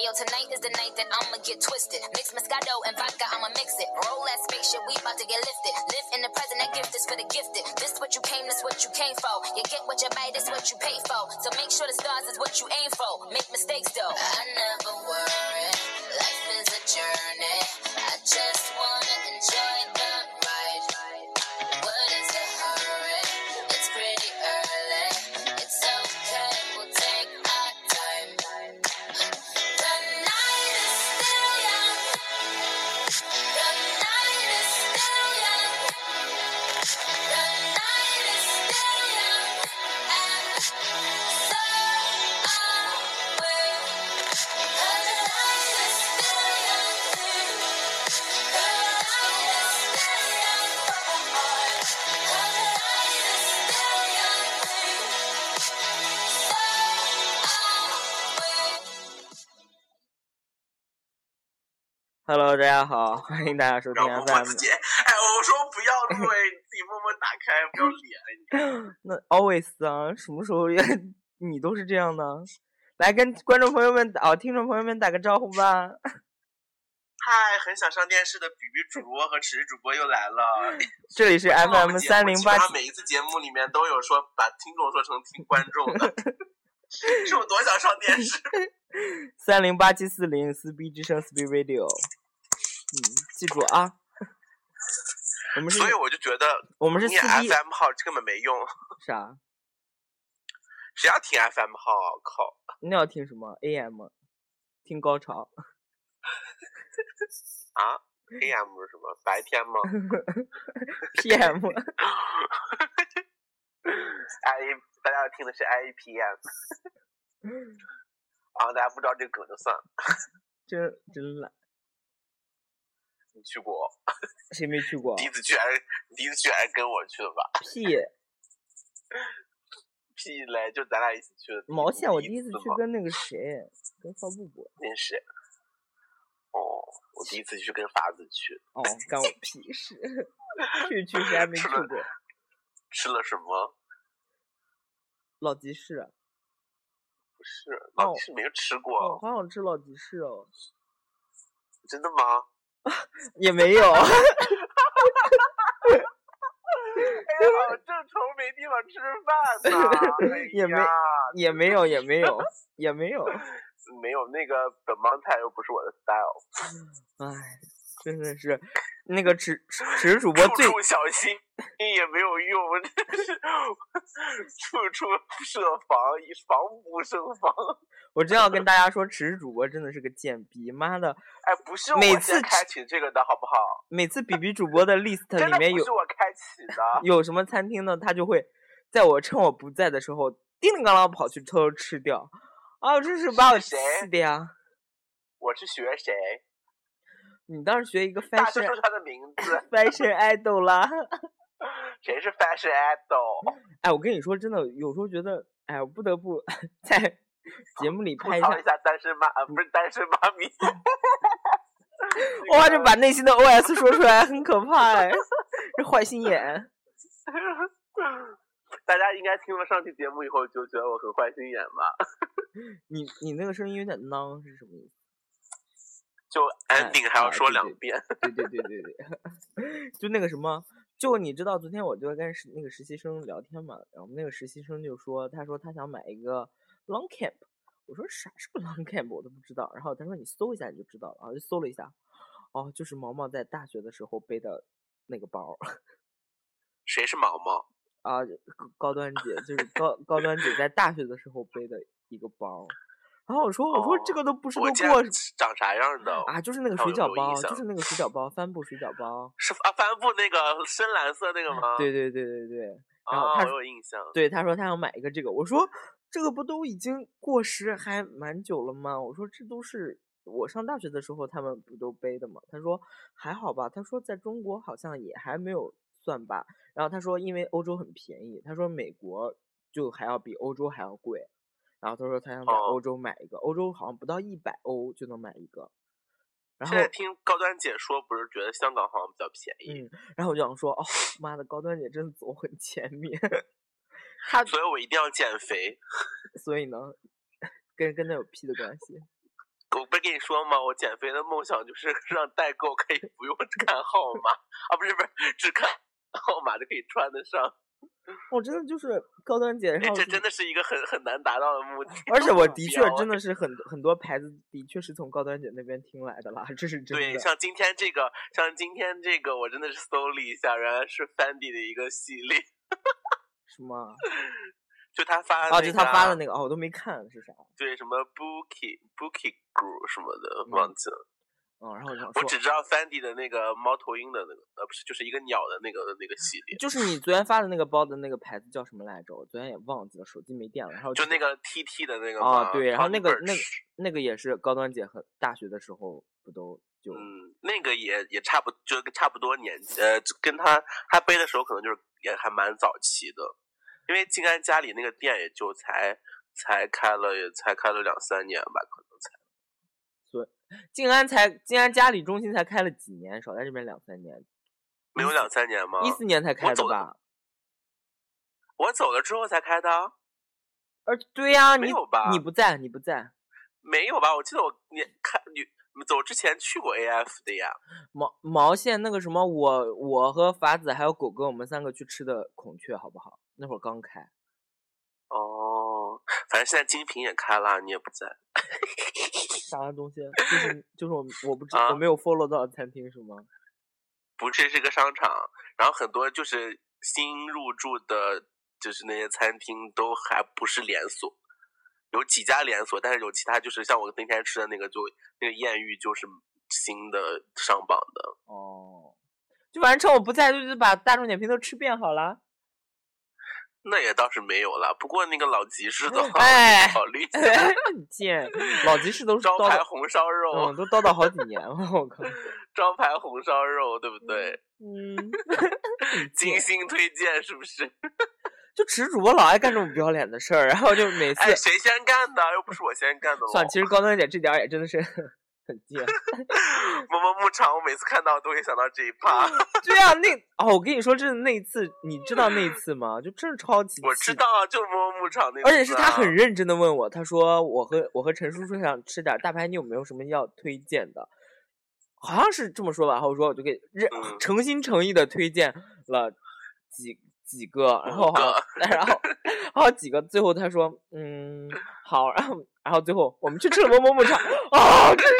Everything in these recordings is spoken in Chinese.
yo, tonight is the night that I'ma get twisted. Mix Moscato and vodka, I'ma mix it. Roll that spaceship, we about to get lifted. Live in the present, that gift is for the gifted. This what you came, this what you came for. You get what you buy, this what you pay for. So make sure the stars is what you aim for. Make mistakes though. I never worry, life is a journey. I just wanna enjoy the ride. What is the hurry? It's pretty early. It's okay, we'll take our time. The night is still young. The night is still young. The night is still young. And so are we. The night is still young. The night is still young. The night is still young. So are we. Hello，大家好， 欢迎大家收听然后我 FM 自。己，哎，我说不要 录，哎，你自己默默打开，不要脸。那 always 啊，什么时候也 你都是这样的？来跟观众朋友们打哦，听众朋友们打个招呼吧。嗨，很想上电视的比比主播和迟迟主播又来了。这里是我们 FM 节三目零基本八，上每一次节目里面都有说把听众说成听观众的， 是我多想上电视。三零八七四零四 B 之声四 B Radio。嗯，记住啊，我们是所以我就觉得我们是四念 B FM 号根本没用，啥？谁要听 FM 号啊？靠！那要听什么 AM？听高潮。啊，AM 是什么？白天吗 PM， ？I 哎大家要听的是 IEPM。啊，大家不知道这个梗就算了，真真懒，你去过。谁没去过第？一次去还是第一次去还是跟我去的吧？屁！屁嘞，就咱俩一起去的。毛线！我第一次次去嘛跟那个谁，跟发布博。那是，哦，我第一次去跟法子去，哦，干我屁事！ 去去谁还没去是的过？吃了什么？老集市，啊不是，哦老是没有吃哦，过，好想吃老集市哦。真的 吗？也没 有，哎呀，我正愁没地方吃饭呢哎也没呀也没有，也没有，也没有。没有那个本帮菜又不是我的 style，唉，真的是那个只只只主播处最处小心也没有用，真是处处设防，以防不胜防。我真要跟大家说，池主播真的是个贱逼，妈的！哎，不是每我次先开启这个的好不好？每次比比主播的 list 真里的面不有是我开启的。有什么餐厅呢，他就会在我趁我不在的时候，叮铃当啷跑去偷偷吃掉。啊，真是把我气是谁的呀！我是学谁？你当时学一个大声 fashion。说他的名字 fashion idol 啦。谁是 Fashion Idol？哎，我跟你说，真的，有时候觉得，哎，我不得不在节目里吐拍一下槽一，下单身妈，呃，不是单身妈咪。 哇，这把内心的 OS 说出来，很可怕哎，这坏心眼。 大家应该听了上期节目以后就觉得我很坏心眼吧？你你那个声音有点囔，是什么意思？就哎 ending 还要说两遍，对对对对对， 就那个什么，就你知道，昨天我就跟实那个实习生聊天嘛，然后那个实习生就说，他说他想买一个 long camp，我说啥是个 long camp 我都不知道，然后他说你搜一下你就知道了，然后就搜了一下，哦，就是毛毛在大学的时候背的那个包。谁是毛毛？ 啊，高高端姐就是高高端姐在大学的时候背的一个包，然后我说我说这哦个都不是都我见过长啥样的？啊，就是那个看水我有饺没有包，印就象是那个水 饺包，帆布水饺包，是啊，帆布那个深蓝色那个吗？对对对对对然后啊，他我有印象。对，他说他想买一个这个，我说这个不都已经过时还蛮久了吗？我说这都是我上大学的时候他们不都背的吗？他说还好吧，他说在中国好像也还没有算吧，然后他说因为欧洲很便宜，他说美国就还要比欧洲还要贵，然后他说他想在哦欧洲买一个，欧洲好像不到一百欧就能买一个，然后现在听高端姐说，不是觉得香港好像比较便宜，嗯，然后我就想说，哦妈的，高端姐真的走很前面， 他所以我一定要减肥。所以呢，跟跟那有屁的关系。我不是跟你说吗？我减肥的梦想就是 让代购可以不用看号码啊，不是不是，只看号码就可以穿得上。我真的就是高端姐，然哎，后这是真的是一个很很难达到的目的。而且我的目确标真的是很很多牌子的确是从高端姐那边听来的啦，这是真对，的。像今天这个，像今天这个，我真的是搜了一下，原来是 Fendi 的一个系列，什么？就他发的、那个、啊，就他发的那个哦，我都没看是啥。对什么 Bookie Bookie Group 什么的，嗯忘记了。嗯，然后我想我只说，知道 Fendi 的那个猫头鹰的那个，呃，不是，就是一个鸟的那个那个系 列，就是你昨天发的那个包的那个牌子叫什么来着？我昨天也忘记了，手机没电了。然后就那个个 TT 的那个啊，嘛对，然后 Tommy 那个那个 Birch 那个也是高端姐和大学的时候不都就嗯，那个也也差不就差不多年纪，呃，就跟他他背的时候可能就是也还蛮早期的，因为静安家里那个店也就才才开了也才开了两三年吧，可能才静安才静安嘉里中心才开了几年，少在这边两三年，没有两三年吗？一四年才开的呃走的吧？我走了之后才开的啊，呃，对呀、没你有吧你不在，你不在，没有吧？我记得我你看你走之前去过 AF 的呀，毛毛线那个什么，我我和法子还有狗哥，我们三个去吃的孔雀，好不好？那会儿刚开，哦，反正现在精品也开了，你也不在。啥玩意儿东西？就是就是我我不知、啊我没有 follow 到的餐厅是吗？不是这个商场，然后很多就是新入驻的，就是那些餐厅都还不是连锁，有几家连锁，但是有其他就是像我那天吃的那个就那个艳遇就是新的上榜的。哦，就反正趁我不在，就是把大众点评都吃遍好了。 那也倒是没有了，不过那个老集市的话，哎我考虑 一下你贱，老集市都是招叨牌叨，红烧肉 嗯，，都叨叨好几年了，我靠，招牌红烧肉，对不对？嗯，精心推荐是不是？就只是主播老爱干这种不要脸的事儿，然后就每次哎，哦谁先干的？又不是我先干的喽。算，其实高端姐这点儿也真的是 很贱。默默牧场，我每次看到都会想到 这一趴。对啊，那哦，我跟你说，真的那一次，你知道那一次吗？就真的超级，我知道。啊，就是摸牧场那、啊，而且是他很认真的问我，他说我和我和陈叔叔想吃点儿大排，你有没有什么要推荐的？好像是这么说吧，然后我说我就给认、嗯诚心诚意的推荐了几几个，然后好像然后好像几个，最后他说嗯好，然后然后最后我们去吃了某某 某场，啊、真是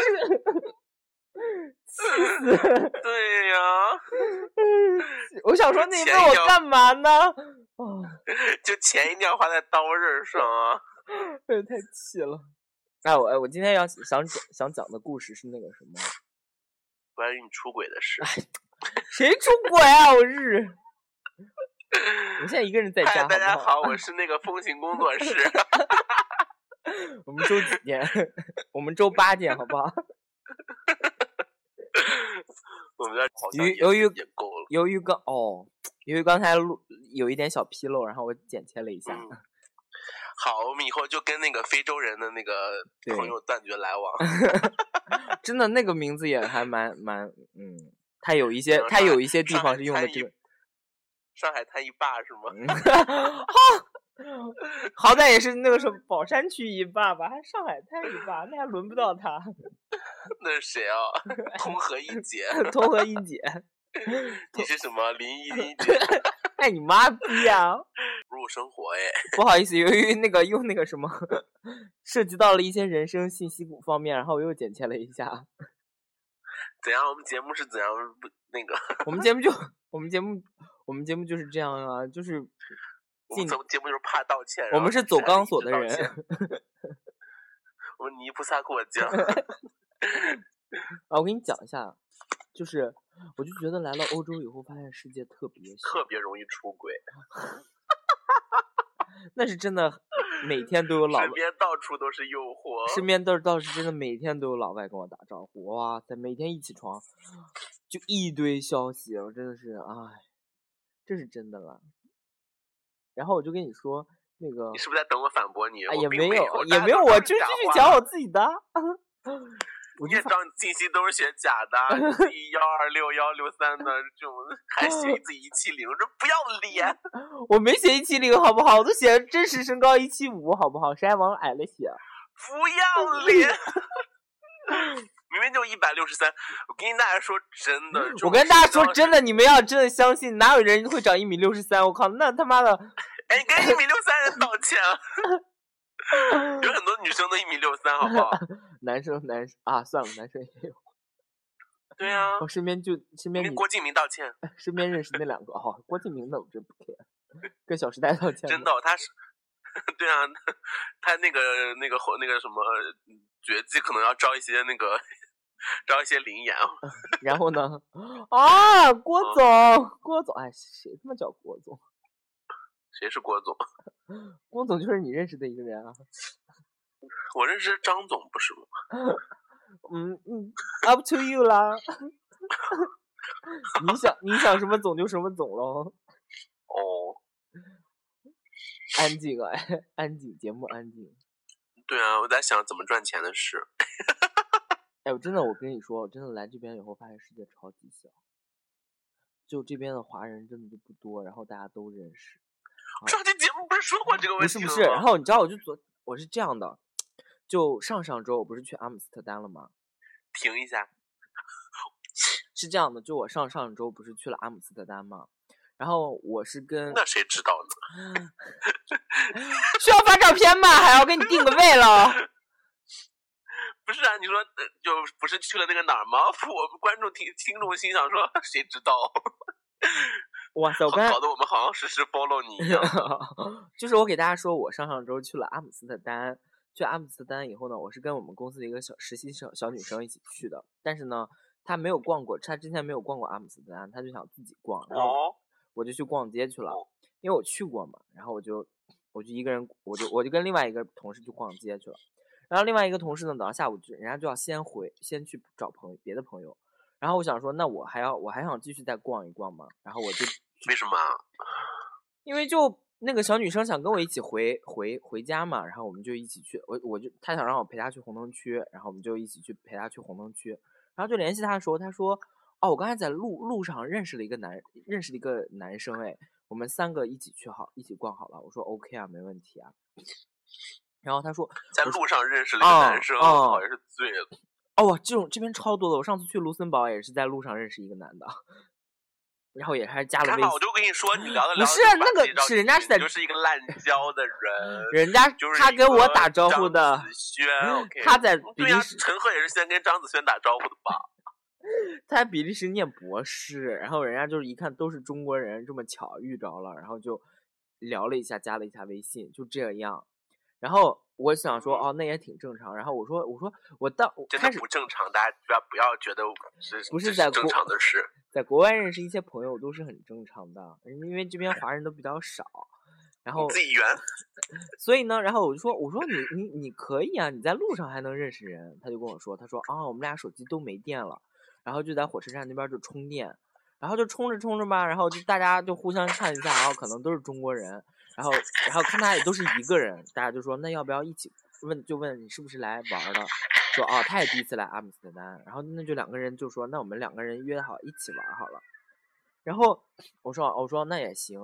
气死！对呀、 我想说，你钱问我要干嘛呢？哦，就钱一定要花在刀刃上啊！这太气了。哎，我哎我今天要想讲想讲的故事是那个什么，关于你出轨的 事，谁出轨啊？我日！我现在一个人在嗨，家，哎大家好不好？好， 我是那个风行工作室，我们周几见？ 我们周八见，好不好？我们要好像由于也由于也够了，由于刚哦，由于刚才录有一点小纰漏，然后我剪切了一下。 嗯好，我们以后就跟那个非洲人的那个对朋友断绝来往。真的，那个名字也还蛮蛮嗯，它有一些嗯它上有海一 些地上海方是用的滩一这个。上海滩一霸是吗？ 嗯好歹也是那个什么宝山区一霸吧，还上海滩一霸，那还轮不到他。 那是谁啊？通河一姐， 同和一姐，你是什么林依 林姐？哎你妈逼呀、投入生活哎，不好意思，由于那个又那个什么， 涉及到了一些人生信息方面，然后我又剪切了一下。怎样？我们节目是怎样不那个？我们节目就我们节目我们节目就是这样啊，就是我进们走节目就是怕道歉，我然后们是走就还钢一索直的道人歉。 我们泥菩萨过江，啊，我跟你讲一下，就是我就觉得来了欧洲以后，发现世界特别小。特别容易出轨，那是真的，每天都有老外身，边到处都是诱惑。身边倒是倒是真的每天都有老外跟我打招呼，哇塞，每天一起床嗯就一堆消息，我真的是，哎，这是真的啦。然后我就跟你说那个你，是不是在等我反驳你？哎，我也并没没有大也家没有，都我是就继假续话讲我自己的。我你就也知发道你信息都是学假的，一幺二六幺六三的 这种，还写自己一七零，这不要脸！我没写一七零好不好？我都写真实身高一七五好不好？谁还往矮了写？不要脸！ 明明就一百六十三。我跟大家说 真的，我跟大家说真的，的，你们要真的相信，哪有人会长一米六十三？我靠，那他妈的，哎，你跟一米六三人道歉啊！ 有很多女生都一米六三，好不好？男生男生啊，算了，男生也有。对 啊，我身边就身你边跟你郭敬明道歉，身边认识那两个哦，郭敬明的我真不 care，跟小时代道歉。真的、，哦他是， 对啊，他那个那个后那个什么绝技，可能要招一些那个招一些灵眼哦。然后 呢？啊，郭总，郭总，哎，谁他妈叫郭总？谁是郭总？ 郭总就是你认识的一个人啊。我认识张总不是吗？嗯嗯，up to you 啦。你想你想什么总就什么总喽，哦，安静啊， 安静，节目安静。对啊，我在想怎么赚钱的事。哎，我真的，我跟你说，我真的来这边以后发现世界超级小，就这边的华人真的就不多，然后大家都认识。上期节目不是说过这个嗯不问是题不了是，然吗后你知道我就昨我是这样的，就上上周我不是去阿姆斯特丹了吗？停一下，是这样的，就我上上周不是去了阿姆斯特丹吗？然后我是跟那谁知道呢？需要发照片吗？还要给你定个位 了。不是啊，你说呃就不是去了那个哪儿吗？ 我们观众听听众心想说，谁知道？哇塞，我好刚才 搞得我们好像时时 follow 你 一样。就是我给大家说，我上上周去了阿姆斯特丹。去阿姆斯特丹以后呢，我是跟我们公司的一个小实习生小女生一起去的，但是呢，她没有逛过，她之前没有逛过阿姆斯特丹，她就想自己逛，然后哦，我就去逛街去了，因为我去过嘛，然后我就我就一个人，我就我就跟另外一个同事去逛街去了，然后另外一个同事呢，等到下午就人家就要先回，先去找朋友别的朋友，然后我想说，那我还要我还想继续再逛一逛嘛，然后我就为什么啊？因为就那个小女生想跟我一起回回回家嘛，然后我们就一起去，我我就她想让我陪她去红灯区，然后我们就一起去陪她去红灯区，然后就联系她的时候，她说，哦，我刚才在路路上认识了一个男，认识了一个男生，哎，我们三个一起去好，一起逛好了，我说 OK 啊，没问题啊，然后她说，在路上认识了一个男生，哦哦好像是醉了。哦，哇，这种这边超多的，我上次去卢森堡也是在路上认识一个男的， 然后也还加了看微吧，我信，就跟你说，你聊着不聊着是啊就把那个自己绕是人家进是去在你就是一个滥交的人。人家就是他一跟我个打招呼张的。子 轩，OK，他在比对利呀、时，陈赫也是先跟张子轩打招呼的吧？他在比利时念博士，然后人家就是一看都是中国人，这么巧遇着了，然后就聊了一下，加了一下微信，就这样。然后我想说，哦，那也挺正常。然后我说，我说我到我真开的始不正常，大家不要不要觉得是不这是是在正国常的事。在国外认识一些朋友都是很正常的，因为这边华人都比较少。然后你自己圆，所以呢，然后我就说，我说你你你可以啊，你在路上还能认识人。他就跟我说，他说啊，我们俩手机都没电了，然后就在火车站那边就充电，然后就充着充着吧，然后就大家就互相看一下，然后可能都是中国人，然后然后看他也都是一个人，大家就说那要不要一起问就问你是不是来玩儿的，说啊他也第一次来阿姆斯特丹，然后那就两个人就说那我们两个人约好一起玩儿好了，然后我说哦我说那也行，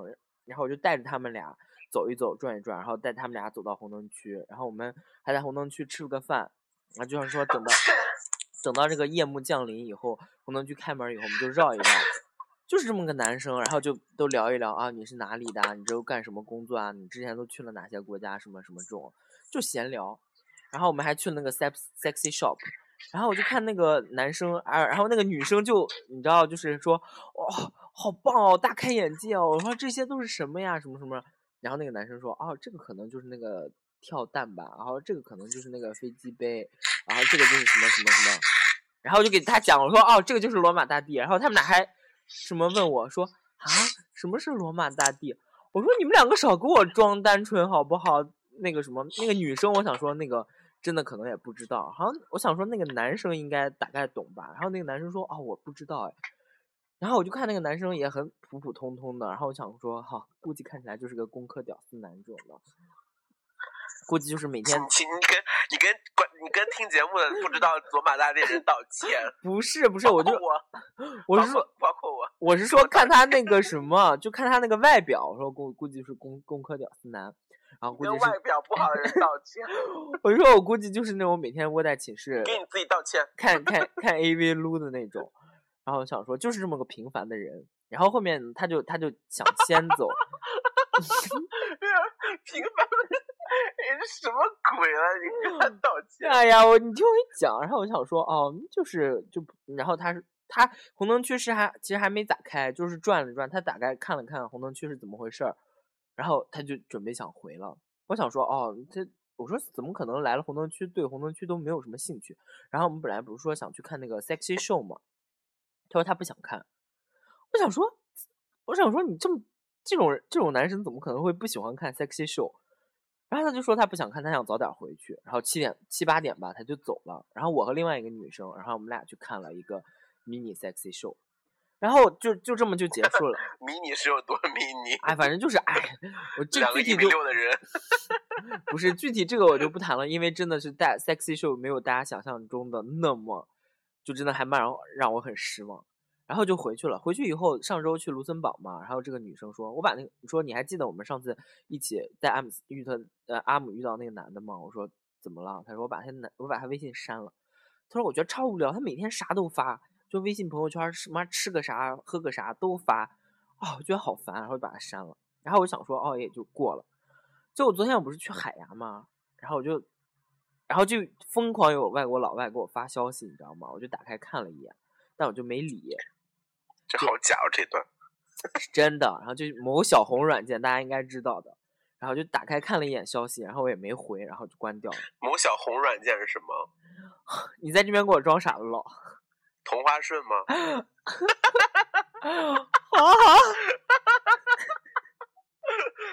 然后我就带着他们俩走一走转一转，然后带他们俩走到红灯区，然后我们还在红灯区吃了个饭，然后就想说等到。等到这个夜幕降临以后，红灯区开门以后，我们就绕一绕，就是这么个男生，然后就都聊一聊啊，你是哪里的啊？你都干什么工作啊？你之前都去了哪些国家？什么什么这种，就闲聊。然后我们还去了那个 sex sexy shop，然后我就看那个男生啊，然后那个女生就你知道，就是说哇、好棒哦，大开眼界哦。我说这些都是什么呀？什么什么？然后那个男生说，哦，这个可能就是那个跳蛋吧，然后这个可能就是那个飞机杯，然后这个就是什么什么什么，然后我就给他讲，我说哦，这个就是罗马大帝，然后他们俩还什么问我说啊，什么是罗马大帝？我说你们两个少给我装单纯好不好？那个什么，那个女生，我想说那个真的可能也不知道，好像我想说那个男生应该大概懂吧。然后那个男生说哦，我不知道哎。然后我就看那个男生也很普普通通的，然后我想说哈、估计看起来就是个工科屌丝男这种的，估计就是每 天你你跟你跟观你跟听节目的不知道罗马大帝的人道歉，不是不是， 我就包括我我包是括说包括我，我是说看他那个什么，就看他那个外表，我说估估计是工工科屌丝男。然后估计跟是外表不好的人道歉， 我就说我估计就是那种每天窝在寝室给你自己道歉。看看看 AV 撸的那种，然后想说就是这么个平凡的人，然后后面他就他就想先走，哎平凡的人，你这什么鬼啊？你跟他道歉？哎呀我你听我一讲，然后我想说哦就是就然后他是他红灯区是还其实还没咋开，就是转了转，他大概看了看红灯区是怎么回事儿，然后他就准备想回了，我想说哦这。我说怎么可能来了红灯区对红灯区都没有什么兴趣？然后我们本来不是说想去看那个 sexy show 吗？他说他不想看，我想说，我想说你这么这种人这种男生怎么可能会不喜欢看 sexy show？然后他就说他不想看，他想早点回去。然后七点七八点吧，他就走了。然后我和另外一个女生，然后我们俩去看了一个 mini sexy show，然后就就这么就结束了。迷你是有多迷你？哎，反正就是哎，我这两个具一体米就六的人，不是具体这个我就不谈了，因为真的是大 sexy show 没有大家想象中的那么，就真的还蛮让我让我很失望。然后就回去了，回去以后上周去卢森堡嘛，然后这个女生说，我把那个说你还记得我们上次一起在阿姆斯遇到呃阿姆遇到那个男的吗？我说怎么了？她说我把他男我把他微信删了。她说我觉得超无聊，他每天啥都发，就微信朋友圈儿什么吃个啥喝个啥都发，啊、我觉得好烦，然后就把他删了。然后我想说哦也就过了。就我昨天我不是去海牙嘛，然后我就，然后就疯狂有外国老外给我发消息，你知道吗？我就打开看了一眼，但我就没理，这好假哦，这段。是真的。然后就是某小红软件，大家应该知道的。然后就打开看了一眼消息，然后我也没回，然后就关掉了。某小红软件是什么？你在这边给我装傻了老，同花顺吗？好好，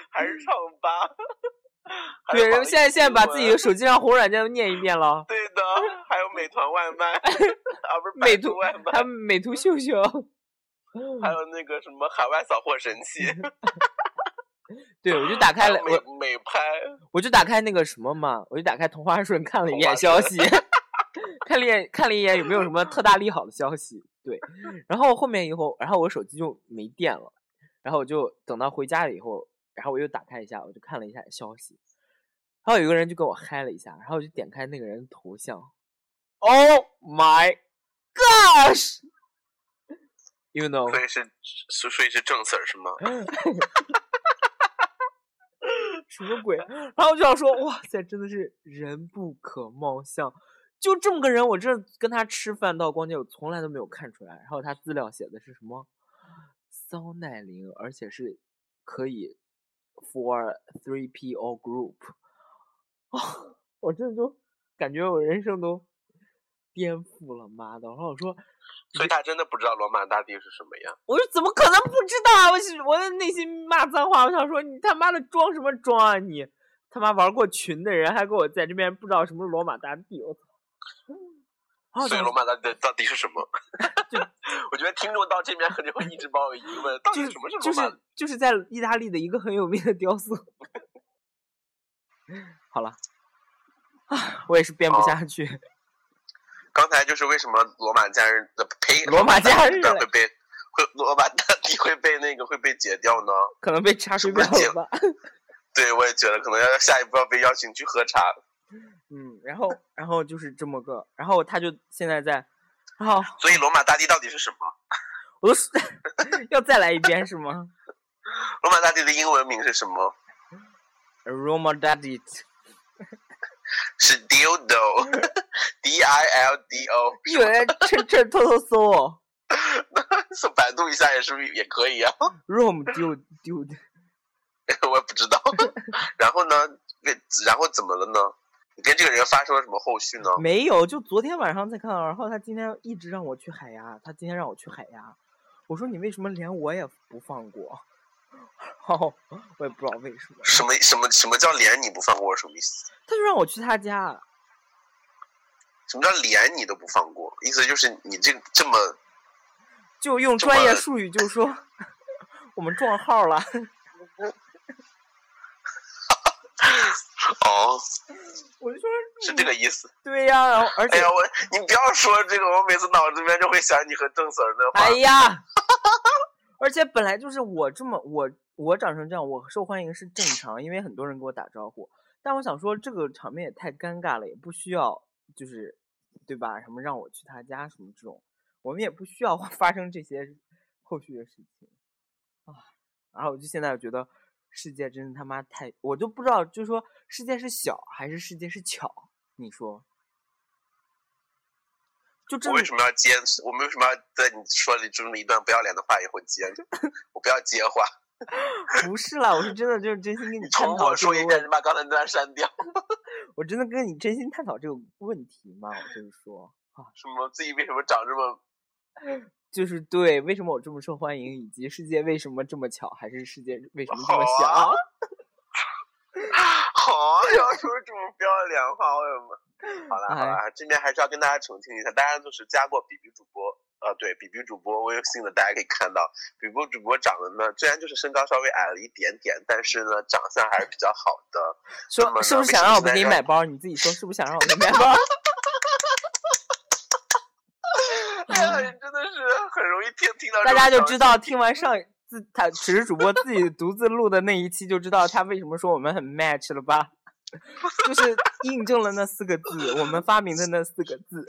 还是唱 吧？还有对，然后网易现在现在新把自己闻的手机上红软件都念一遍了，对的，还有美团外 卖啊，不是百美嗯度图外卖，还有美图秀秀， 还有那个什么海外扫货神器，对我就打开还嗯了有我美美拍，我就打开那个什么嘛，我就打开同花顺看了一同眼花消息，看了一眼看了一眼有没有什么特大利好的消息。对，然后后面以后，然后我手机就没电了，然后我就等到回家了以后，然后我又打开一下，我就看了一下消息，然后有个人就跟我嗨了一下，然后我就点开那个人的头像，Oh my gosh，you know，所以是所所以是正事儿是吗？什么鬼？然后我就想说，哇塞，真的是人不可貌相，就这么个人，我真的跟他吃饭到逛街，我从来都没有看出来。然后他资料写的是什么？骚奈林，而且是可以 for three PO group 啊！我真的就感觉我人生都颠覆了，妈的！然后我说，所以他真的不知道罗马大帝是什么样。我说怎么可能不知道啊？我是我的内心骂脏话，我想说你他妈的装什么装啊你！他妈玩过群的人还给我在这边不知道什么罗马大帝，我操！然后所以想罗马大帝的到底是什 么？ 我觉得听众到这边肯定会一直抱有疑问，到底就什么是就罗马？是就是在意大利的一个很有名的雕塑。 好了，啊，我也是编不好下去。刚才就是为什么罗马假日的呸，罗马假日会被会罗马大帝会被那个会被解掉呢？可能被查是水不表是解了吧？对，我也觉得可能要下一步要被邀请去喝茶。嗯，然后然后就是这么个，然后他就现在在，然后所以罗马大帝到底是什么？我都是 要再来一遍是吗罗马大帝的英文名是什么？ ？Roma Daddy。是 dildo，d i l d o， 有人这这偷偷搜哦是百度一下也是不是也可以啊？ ，room 丢丢，我也不知道。 然后呢？跟然后怎么了呢？你跟这个人发生了什么后续呢？没有，就昨天晚上才看到，然后他今天一直让我去海牙，他今天让我去海牙，我说你为什么连我也不放过？哦，我也不知道为什么，什么什么什么叫连你不放过？什么意思？他就让我去他家，什么叫连你都不放过？意思就是你这这么就用这专业么术语就说 我们撞号了， 哦，我就说嗯是这个意思。对呀、然后而且哎呀，我你不要说这个，我每次脑子里面哎就会想你和郑 Sir 的话。哎呀，而且本来就是我这么我我长成这样，我受欢迎是正常，因为很多人给我打招呼。但我想说，这个场面也太尴尬了，也不需要，就是，对吧？什么让我去他家什么这种，我们也不需要 发生这些后续的事情啊。然后我就现在我觉得世界真是他妈太，我就不知道，就是说世界是小还是世界是巧？你说？就我真为的什么要接？我们为什么要在你说了这么一段不要脸的话以后接呢？我不要接话，不是啦，我是真的就是真心跟你探重讨播这个说一问遍，你把刚才那段删掉。我真的跟你真心探讨这个问题嘛？我就是说，什么自己为什么长这么？就是对，为什么我这么受欢迎，以及世界为什么这么巧，还是世界为什么这么好小？啊 好啊， 要说这么不要脸的话，为什么？好了好哎了，这边还是要跟大家澄清一下，大家就是加过比比主播，呃，对，比比主播微信的，大家可以看到，比比主播长得呢，虽然就是身高稍微矮了一点点，但是呢，长相还是比较好的。 这说么呢是不是为什想么让我现们在给你让买包？你自己说是不是想让我们买包？哎呀，你真的是很容易听听到这大家种消息，就知道，听完上一自他只是主播自己独自录的那一期，就知道他为什么说我们很 match 了吧？就是印证了那四个字，我们发明的那四个字，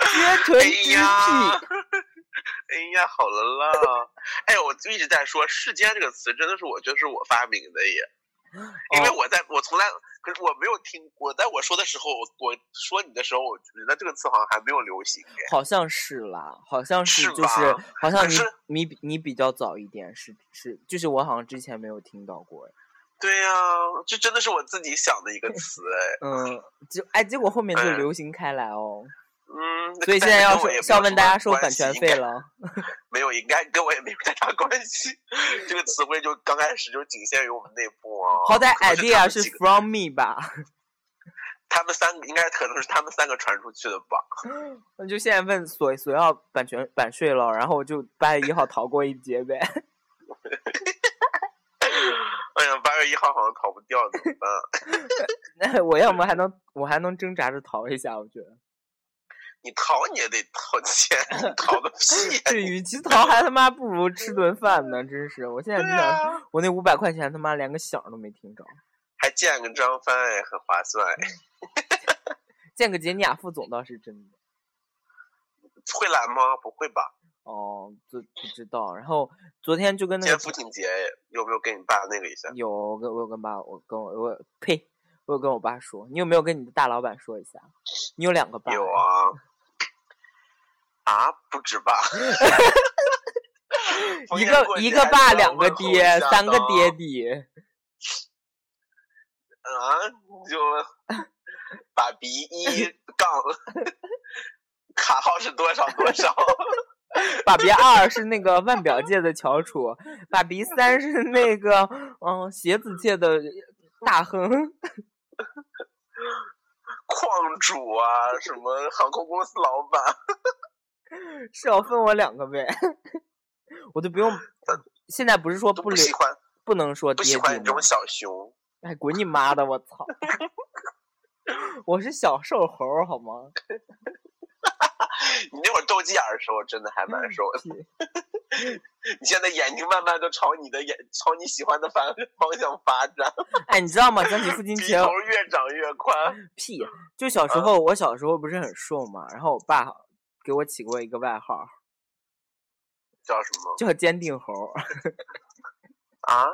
绝 唇哎之癖。呀，哎呀，好了 啦！哎，我就一直在说“世间”这个词，真的是我觉得是我发明的耶，因为哦我在我从来，可是我没有听过，在我说的时候，我我说你的时候，我觉得这个词好像还没有流行耶。好像是啦，好像是是就是吧好像可你是你比你比较早一点，是是就是我好像之前没有听到过哎，对呀、这真的是我自己想的一个词哎。嗯，就哎结果后面就嗯流行开来哦，嗯，所以现但在是要跟我说也没要有问什大么家收版关系权应费该了，没有，应该跟我也没有太大关系。这个词汇就刚开始就仅限于我们内部啊。好歹可能是他 idea 们是几个 from me 吧，他们三个，应该可能是他们三个传出去的吧。那就现在问索索要版权版税了，然后我就八月一号逃过一劫呗， 哎呀，八月一号好像逃不掉，怎 么办？那我要么还能我还能挣扎着逃一下，我觉得，你逃你也得掏 钱，你逃个屁呀！这你与其逃还他妈不如吃顿饭呢，真是，我现在对就想。啊，我那五百块钱他妈连个响儿都没听着，还见个张帆哎，很划算哎。见个杰尼亚副总倒是真的。会懒吗？不会吧？哦，这不知道。然后昨天就跟今那个天父亲节哎，有没有跟你爸那个一下？有我跟我有跟爸，我跟我我呸，我有跟我爸说，你有没有跟你的大老板说一下？你有两个爸，有，啊。啊，不止 吧？ 逢一年个过一节个还爸，是要两个问候一爹，下三个的爹地。啊，你就把鼻一杠，卡号是多少多少？ 爸比二是那个腕表界的翘楚，爸比三是那个嗯鞋子界的大亨。矿主啊，什么航空公司老板，是要分我两个呗， 我就不用。现在不是说都不不留，喜欢，不能说不爹喜地欢你这吗种？小熊。哎，滚你妈的！我 操！我是小瘦猴儿好吗？你那会儿斗鸡眼儿的时候真的还蛮嗯瘦的，屁你现在眼睛慢慢都朝你的眼朝你喜欢的方方向发展，哎，你知道吗？讲起 父亲鼻节，头嗯越长越宽。屁！就小时候，我小时候不是很瘦嘛，然后我爸给我起过一个外号儿，叫什么叫坚定猴儿， 啊？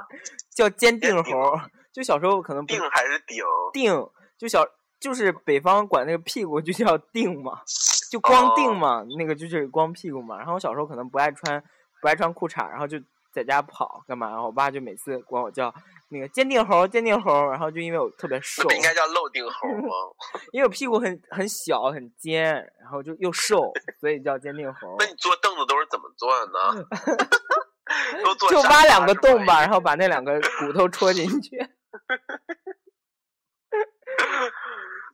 叫坚定坚定猴儿。就小时候可能不定还是顶？定，就小就是北方管那个屁股就叫 腚嘛，就光腚哦嘛，那个就是光屁股嘛。然后我小时候可能不爱穿不爱穿裤衩，然后就在家跑干嘛，然后我爸就每次管我叫那个坚定猴儿，坚定猴儿，然后就因为我特别那瘦不，应该叫漏腚猴吗？因为我屁股很很小很尖，然后就又瘦，所以叫坚定猴儿那。你坐凳子都是怎么坐的呢？ 都坐嗯就沙挖发两个是洞吧，吗然后把那两个骨头戳进去。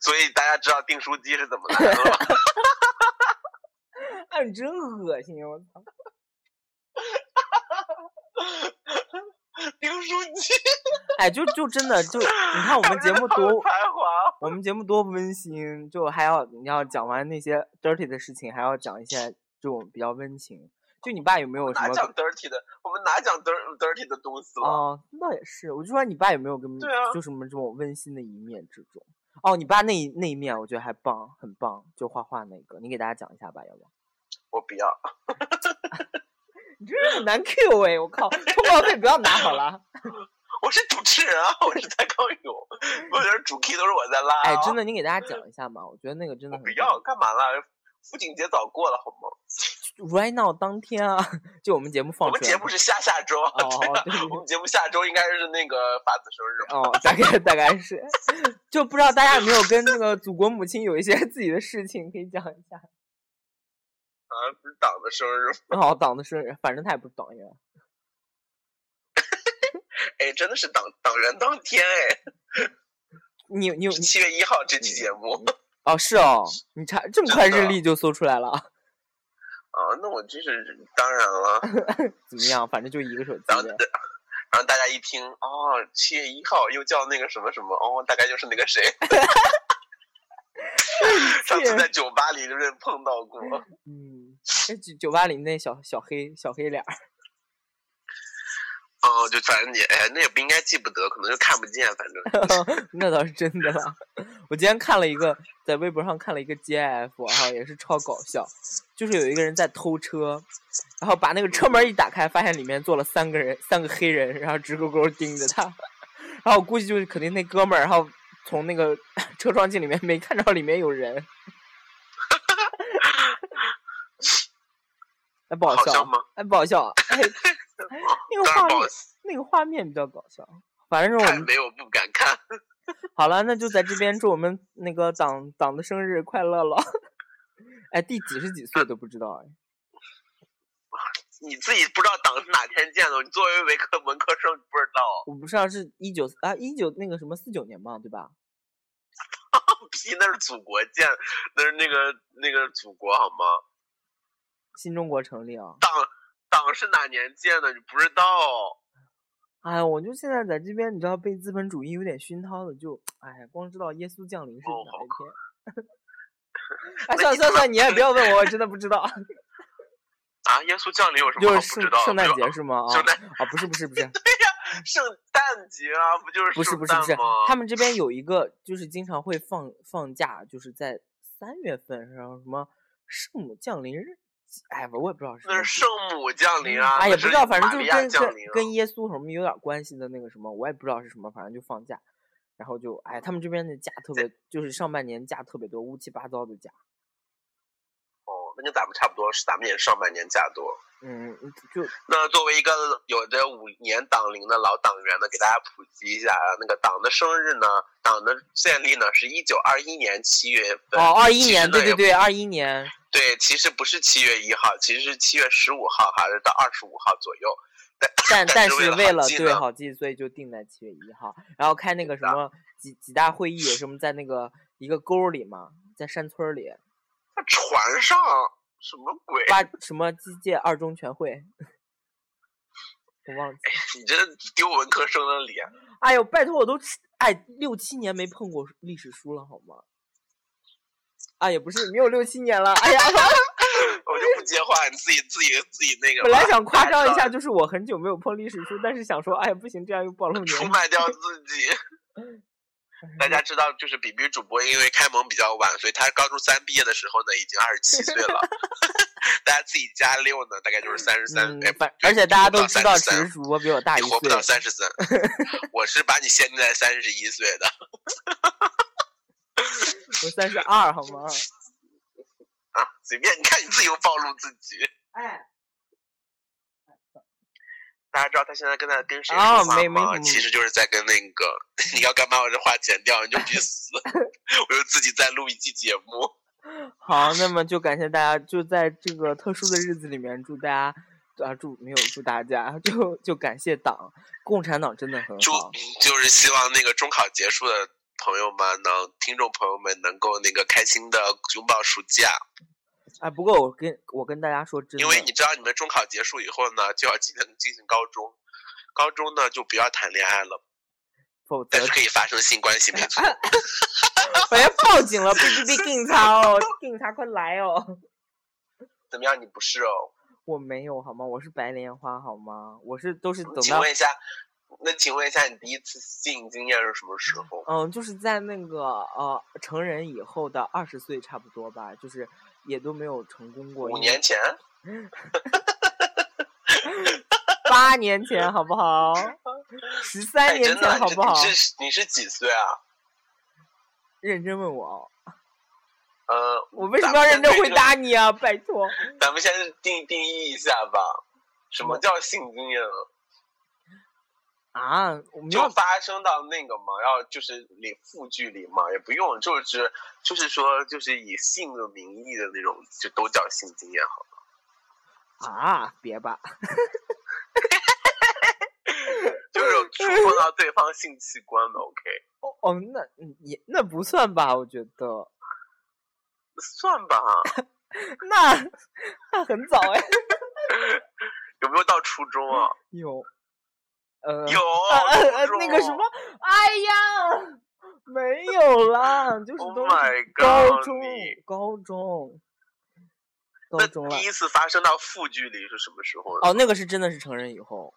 所以大家知道订书机是怎么来的了 吧？啊，你真恶心！我操，订书机，哎，就就真的就，你看我们节目好多才华。我们节目多温馨，就还要你要讲完那些 dirty 的事情，还要讲一些这种比较温情。就你爸有没有什哪么讲 dirty 的？我们哪讲 dir- dirty 的东西了？哦，那倒也是。我就说你爸有没有跟对啊就什么这种温馨的一面这种？哦，你爸那一那一面我觉得还棒，很棒，就画画那个，你给大家讲一下吧，要不？我不要，你真是很难 Q 哎、我靠，通告费不要拿好 了。我是主持人啊，我是蔡康永，我觉得主 key 都是我在拉、啊。哎，真，的，你给大家讲一下嘛，我觉得那个真的很我不要，干嘛啦？父亲节早过了好吗？棒 Right now，当天啊， 就我们节目放我出们来的。节目是下下周啊，哦对啊对对对我们节目下周应该是那个法子生日吧。哦，大概大概是， 就不知道大家有没有跟那个祖国母亲有一些 自己的事情可以讲一下。啊，不是党的生日吗，哦，党的生日，反正他也不是党员。哎，真的是党党员当天哎，你 你有是七月一号这期节目 哦是哦，你查这么快真日的历就搜出来了啊？啊，那我真是当 然了，怎么样？反正就一个手机。然后然后大家一听哦，七月一号又叫那个什么什么哦，大概就是那个 谁， 上次在酒吧里就是碰到过，嗯，那酒酒吧里那小小黑小黑脸儿，嗯，就反正也哎，那也不应该记不得，可能就看不见，反正 那倒是真的了。我今天看了一个，在微博上看了一个 GIF，然后也是超搞笑，就是有一个人在偷车，然后把那个车门一打开，发现里面坐了三个人，三个黑人，然后直勾勾盯着他，然后我估计就是肯定那哥们儿，然后从那个车窗镜里面没看着里面有人， 哎不好好笑笑啊，吗？哎不好笑啊， 哎那个当画然不好面那个画面比较搞笑，反正我看们没有不敢看，好了，那就在这边祝我们那个党党的生日快乐了。 哎，第几十几岁都不知道哎。你自己不知道党是哪天建的，你作为文科文科生你不知道。我不知道是一九啊一九那个什么四九年嘛，对吧？屁，那是祖国建，那是那个那个祖国好吗？新中国成立啊！党党是哪年建的？你不知道？哎呀，我就现在在这边，你知道被资本主义有点熏陶的，就哎呀，光知道耶稣降临是哦哪好一天。哎，那算了算了你怎么算了，你也不要问我，我真的不知道。啊，耶稣降临有什就么是好 不圣知道的？圣诞没有节是吗？啊圣诞啊，不是不是不是，圣诞节啊，不就是不是圣不是不诞是吗，他们这边有一个就是经常会放放假，就是在三月份，然后什么圣母降临日，哎，我也不知道是什那么是圣母降临啊，哎那也不是知道，反正玛就利是亚跟降跟临啊跟耶稣什么有点关系的那个什么，我也不知道是什么，反正就放假，然后就哎，他们这边的假特别，就是上半年假特别多，乌七八糟的假。哦，那跟咱们差不多，是咱们也是上半年加多。嗯，就那作为一个有着五年党龄的老党员呢，给大家普及一下啊，那个党的生日呢，党的建立呢是一九二一年七月份。哦，二其一实年，呢对也对对，二一年，对，其实不是七月一号，其实是七月十五号还是到二十五号左右。 但但但是是为为了了好记对呢好记，所以就定在七月一号，然后开那个什的么几几大会议，什么在那个一个沟儿里嘛，在山村儿里那船上什么鬼？八什么机械二中全会，我忘记了。你这丢文科生的 脸！哎呦，拜托，我都吃哎六七年没碰过历史书了，好吗？啊，也不是没有六七年了，哎呀， 我就不接话，你自己自己自己那个吧。本来想夸张一大下，家就是我很久没有碰历史书，但是想说，哎呀不行，这样又暴露知道出年龄。嗯卖掉 自己。大家知道，就是比比主播因为开蒙比较晚，所以他高中三毕业的时候呢，已经二十七岁了。 大家自己加六呢，大概就是三十三嗯。哎，，反对而且大家不到都知道，其33实主播比我大一你岁活不。到三 十三，我是把你限定在三十一岁的。我三十二，好 吗？啊，随便，你看你自己又暴露自己。哎，大家知道他现在跟他跟谁说哦话没没吗？什么其实就是在跟那个， 你要干嘛？我这话剪掉，你就去 死！我就自己再录一期节目。好，那么就感谢大家，就在这个特殊的日子里面，祝大家啊，祝没有祝大家，就就感谢党，共产党真的很祝嗯好。就是希望那个中考结束的朋友们能，听众朋友们能够那个开心的拥抱暑假，哎，不过我跟我跟大家说真的，因为你知道你们中考结束以后呢，就要进行进行高中，高中呢就不要谈恋爱了，否则但是可以发生性关系，没 错。 我要报警了，哔哔哔，警察哦，警察快来哦！怎么样？你不是哦？我没有好吗？我是白莲花好吗？我是都是等请到问一下，那请问一下，你第一次性经验是什么时候？嗯，就是在那个呃成人以后的二十岁差不多吧，就是也都没有成功过。五因为年前？八年前好不好？十三哎，年真的前，好这不好？你是你是几岁啊？认真问我哦，呃，我为什么要认真回答你啊？拜托，咱们先定定义一下吧，什么叫性经验啊？啊，我们就要发生到那个嘛，要就是离负距离嘛，也不用，就是就是说就是以性的名义的那种，就都叫性经验好。啊，别吧，就是触碰到对方性器官的，OK，哦哦，那嗯也那不算吧，我觉得算吧，那那很早哎，有没有到初中啊？有， 呃，有，哦呃呃初中那个什么，哎呀，没有啦，就是，Oh 都 my 是 god，高中你高中高那中了第，一次发生到负距离是什么时候呢？哦，那个是真的是成人以后，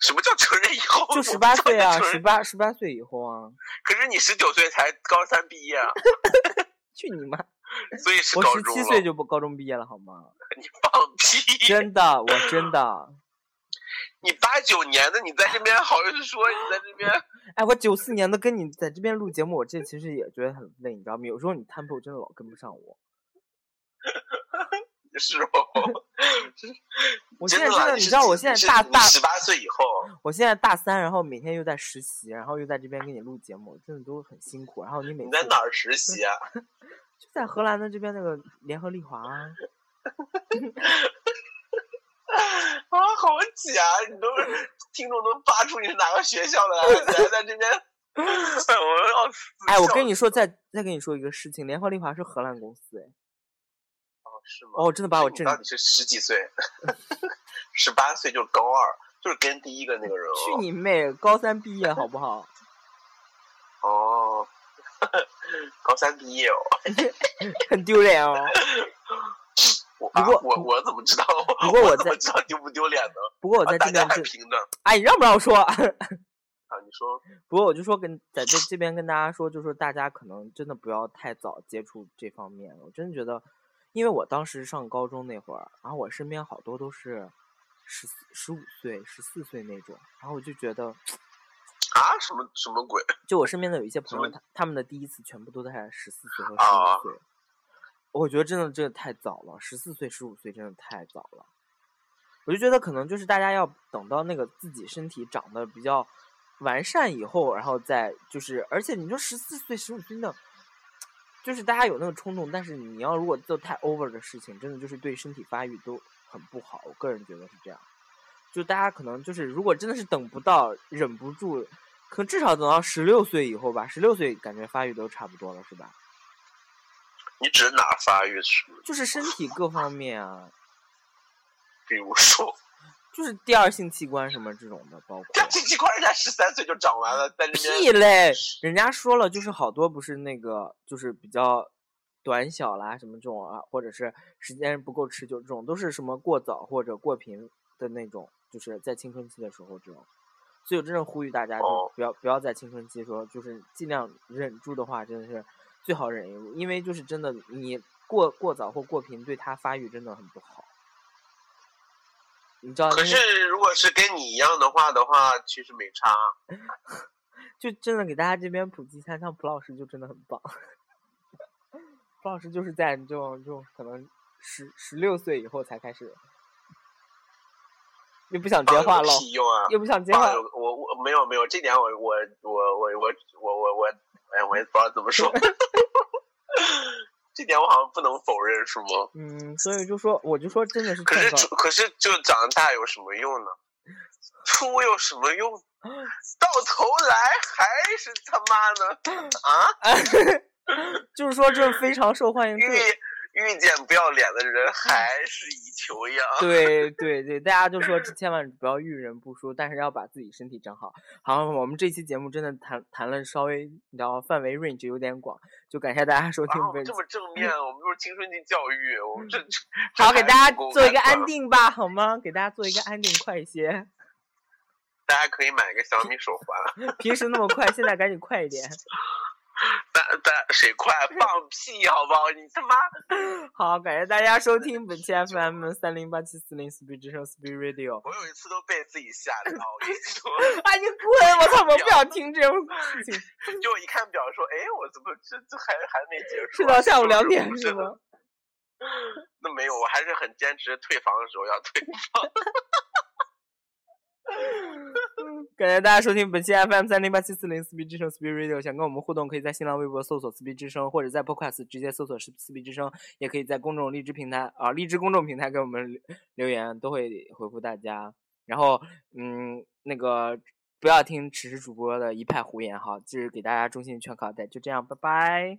什么叫成人以后？就十八岁啊，我不知道你成十人。八十八岁以后啊，可是你十九岁才高三毕业啊，去你妈！所以是我高十中七了。岁就不高中毕业了，好吗？你放屁！真的，我真 的，你八九年的，你在这边好意思说你在这边？哎，我九四年的跟你在这边录节目，我这其实也觉得很累，你知道吗？有时候你 tempo 真的老跟不上我。是哦，我现真在真的啦，的，你你是知道我现在大大，十八岁以后，我现在大三，然后每天又在实习，然后又在这边给你录节目，真的都很辛苦。然后你每你次在哪儿实习啊？ 就在荷兰的这边那个联合利华啊，啊，好假！你都是听众都扒出你是哪个学校的来，你还在这边？ 哎，我要死！哎，我跟你说，再再跟你说一个事情，联合利华是荷兰公司，哎，哦是吗？哦，真的把我你震到底是十几岁？ 十八岁就是高二，就是跟第一个那个人哦。去你妹！高三毕业好不好？哦， 高三毕业哦。很丢脸哦。我不啊过我我怎么知道？ 不过我我怎在么知道丢不丢脸呢？不过我啊在大这家边还这，平等哎，你让不让我说？啊！你说 不过我就说跟在这这边跟大家说，就说大家可能真的不要太早接触这方面。我真的觉得，因为我当时上高中那会儿，然后我身边好多都是十十五岁、十四岁那种，然后我就觉得，啊？什么什么鬼？就我身边的有一些朋什友，么他他们的第一次全部都在十四岁和十啊五岁。我觉得真的真的太早了，十四岁、十五岁真的太早了。我就觉得可能就是大家要等到那个自己身体长得比较完善以后，然后再就是，而且你说十四岁、十五岁那，就是大家有那个冲动，但是你要如果做太 over 的事情，真的就是对身体发育都很不好。我个人觉得是这样，就大家可能就是如果真的是等不到，忍不住，可能至少等到十六岁以后吧，十六岁感觉发育都差不多了，是吧？你指哪发育是？就是身体各方面啊，比如说，就是第二性器官什么这种的，包括这这块人家十三岁就长完了，在这屁边嘞，人家说了，就是好多不是那个，就是比较短小啦什么这种啊，或者是时间不够持久，这种都是什么过早或者过频的那种，就是在青春期的时候这种。所以我真正呼吁大家，就哦不要不要在青春期的时候，就是尽量忍住的话，真的是最好忍一忍，因为就是真的你过过早或过频对他发育真的很不好。啊你知道，可因为是如果是跟你一样的话的话，其实没差。啊就真的给大家这边普及一下，像蒲老师就真的很棒。蒲老师就是在这种这种可能十十六岁以后才开始，又不想接放话有了，屁用啊！又不想接话放，有我我没有没有，这点我我我我我我我我，哎，我也不知道 怎么说。这点我好像不能否认，是吗？嗯，所以就说我就说真的是可太是早就，可是就长大有什么用呢？秃有什么用？到头来还是他妈呢？啊，就是说这非常受欢迎，这欲个遇见不要脸的人还是以求样。对对对，大家就说千万不要遇人不淑，但是要把自己身体整好。好，我们这期节目真的谈谈了稍微，你知道范围 range 有点广，就感谢大家收听啊，我本们期这。么正面，我们都是青春期教育，我们这这好，给大还家不够做一个干的安定吧，好吗？给大家做一个安定，快一些！大家可以买个小米手环，平时那么快，现在赶紧快一点。但但谁 快放屁好不好？你他妈好，感谢大家收听本期 FM 三零八七四零 Speed 之声 Speed Radio。我有一次都被自己吓到，我跟你说，啊，你滚！我操，我不想听这种事 情。就我一看表说，哎，我怎么这这还还没结束睡啊？到下午两点不是是吗？那没有，我还是很坚持退房的时候要退。感谢大家收听本期 FM 三零八七四零四 B 之声 Speed Radio。想跟我们互动，可以在新浪微博搜索四 B 之声，或者在 Podcast 直接搜索是四 B 之声，也可以在公众荔枝平台啊、荔枝公众平台给我们留留言，都会回复大家。然后，嗯，那个不要听此时主播的一派胡言哈，这是给大家衷心劝告的。就这样，拜拜。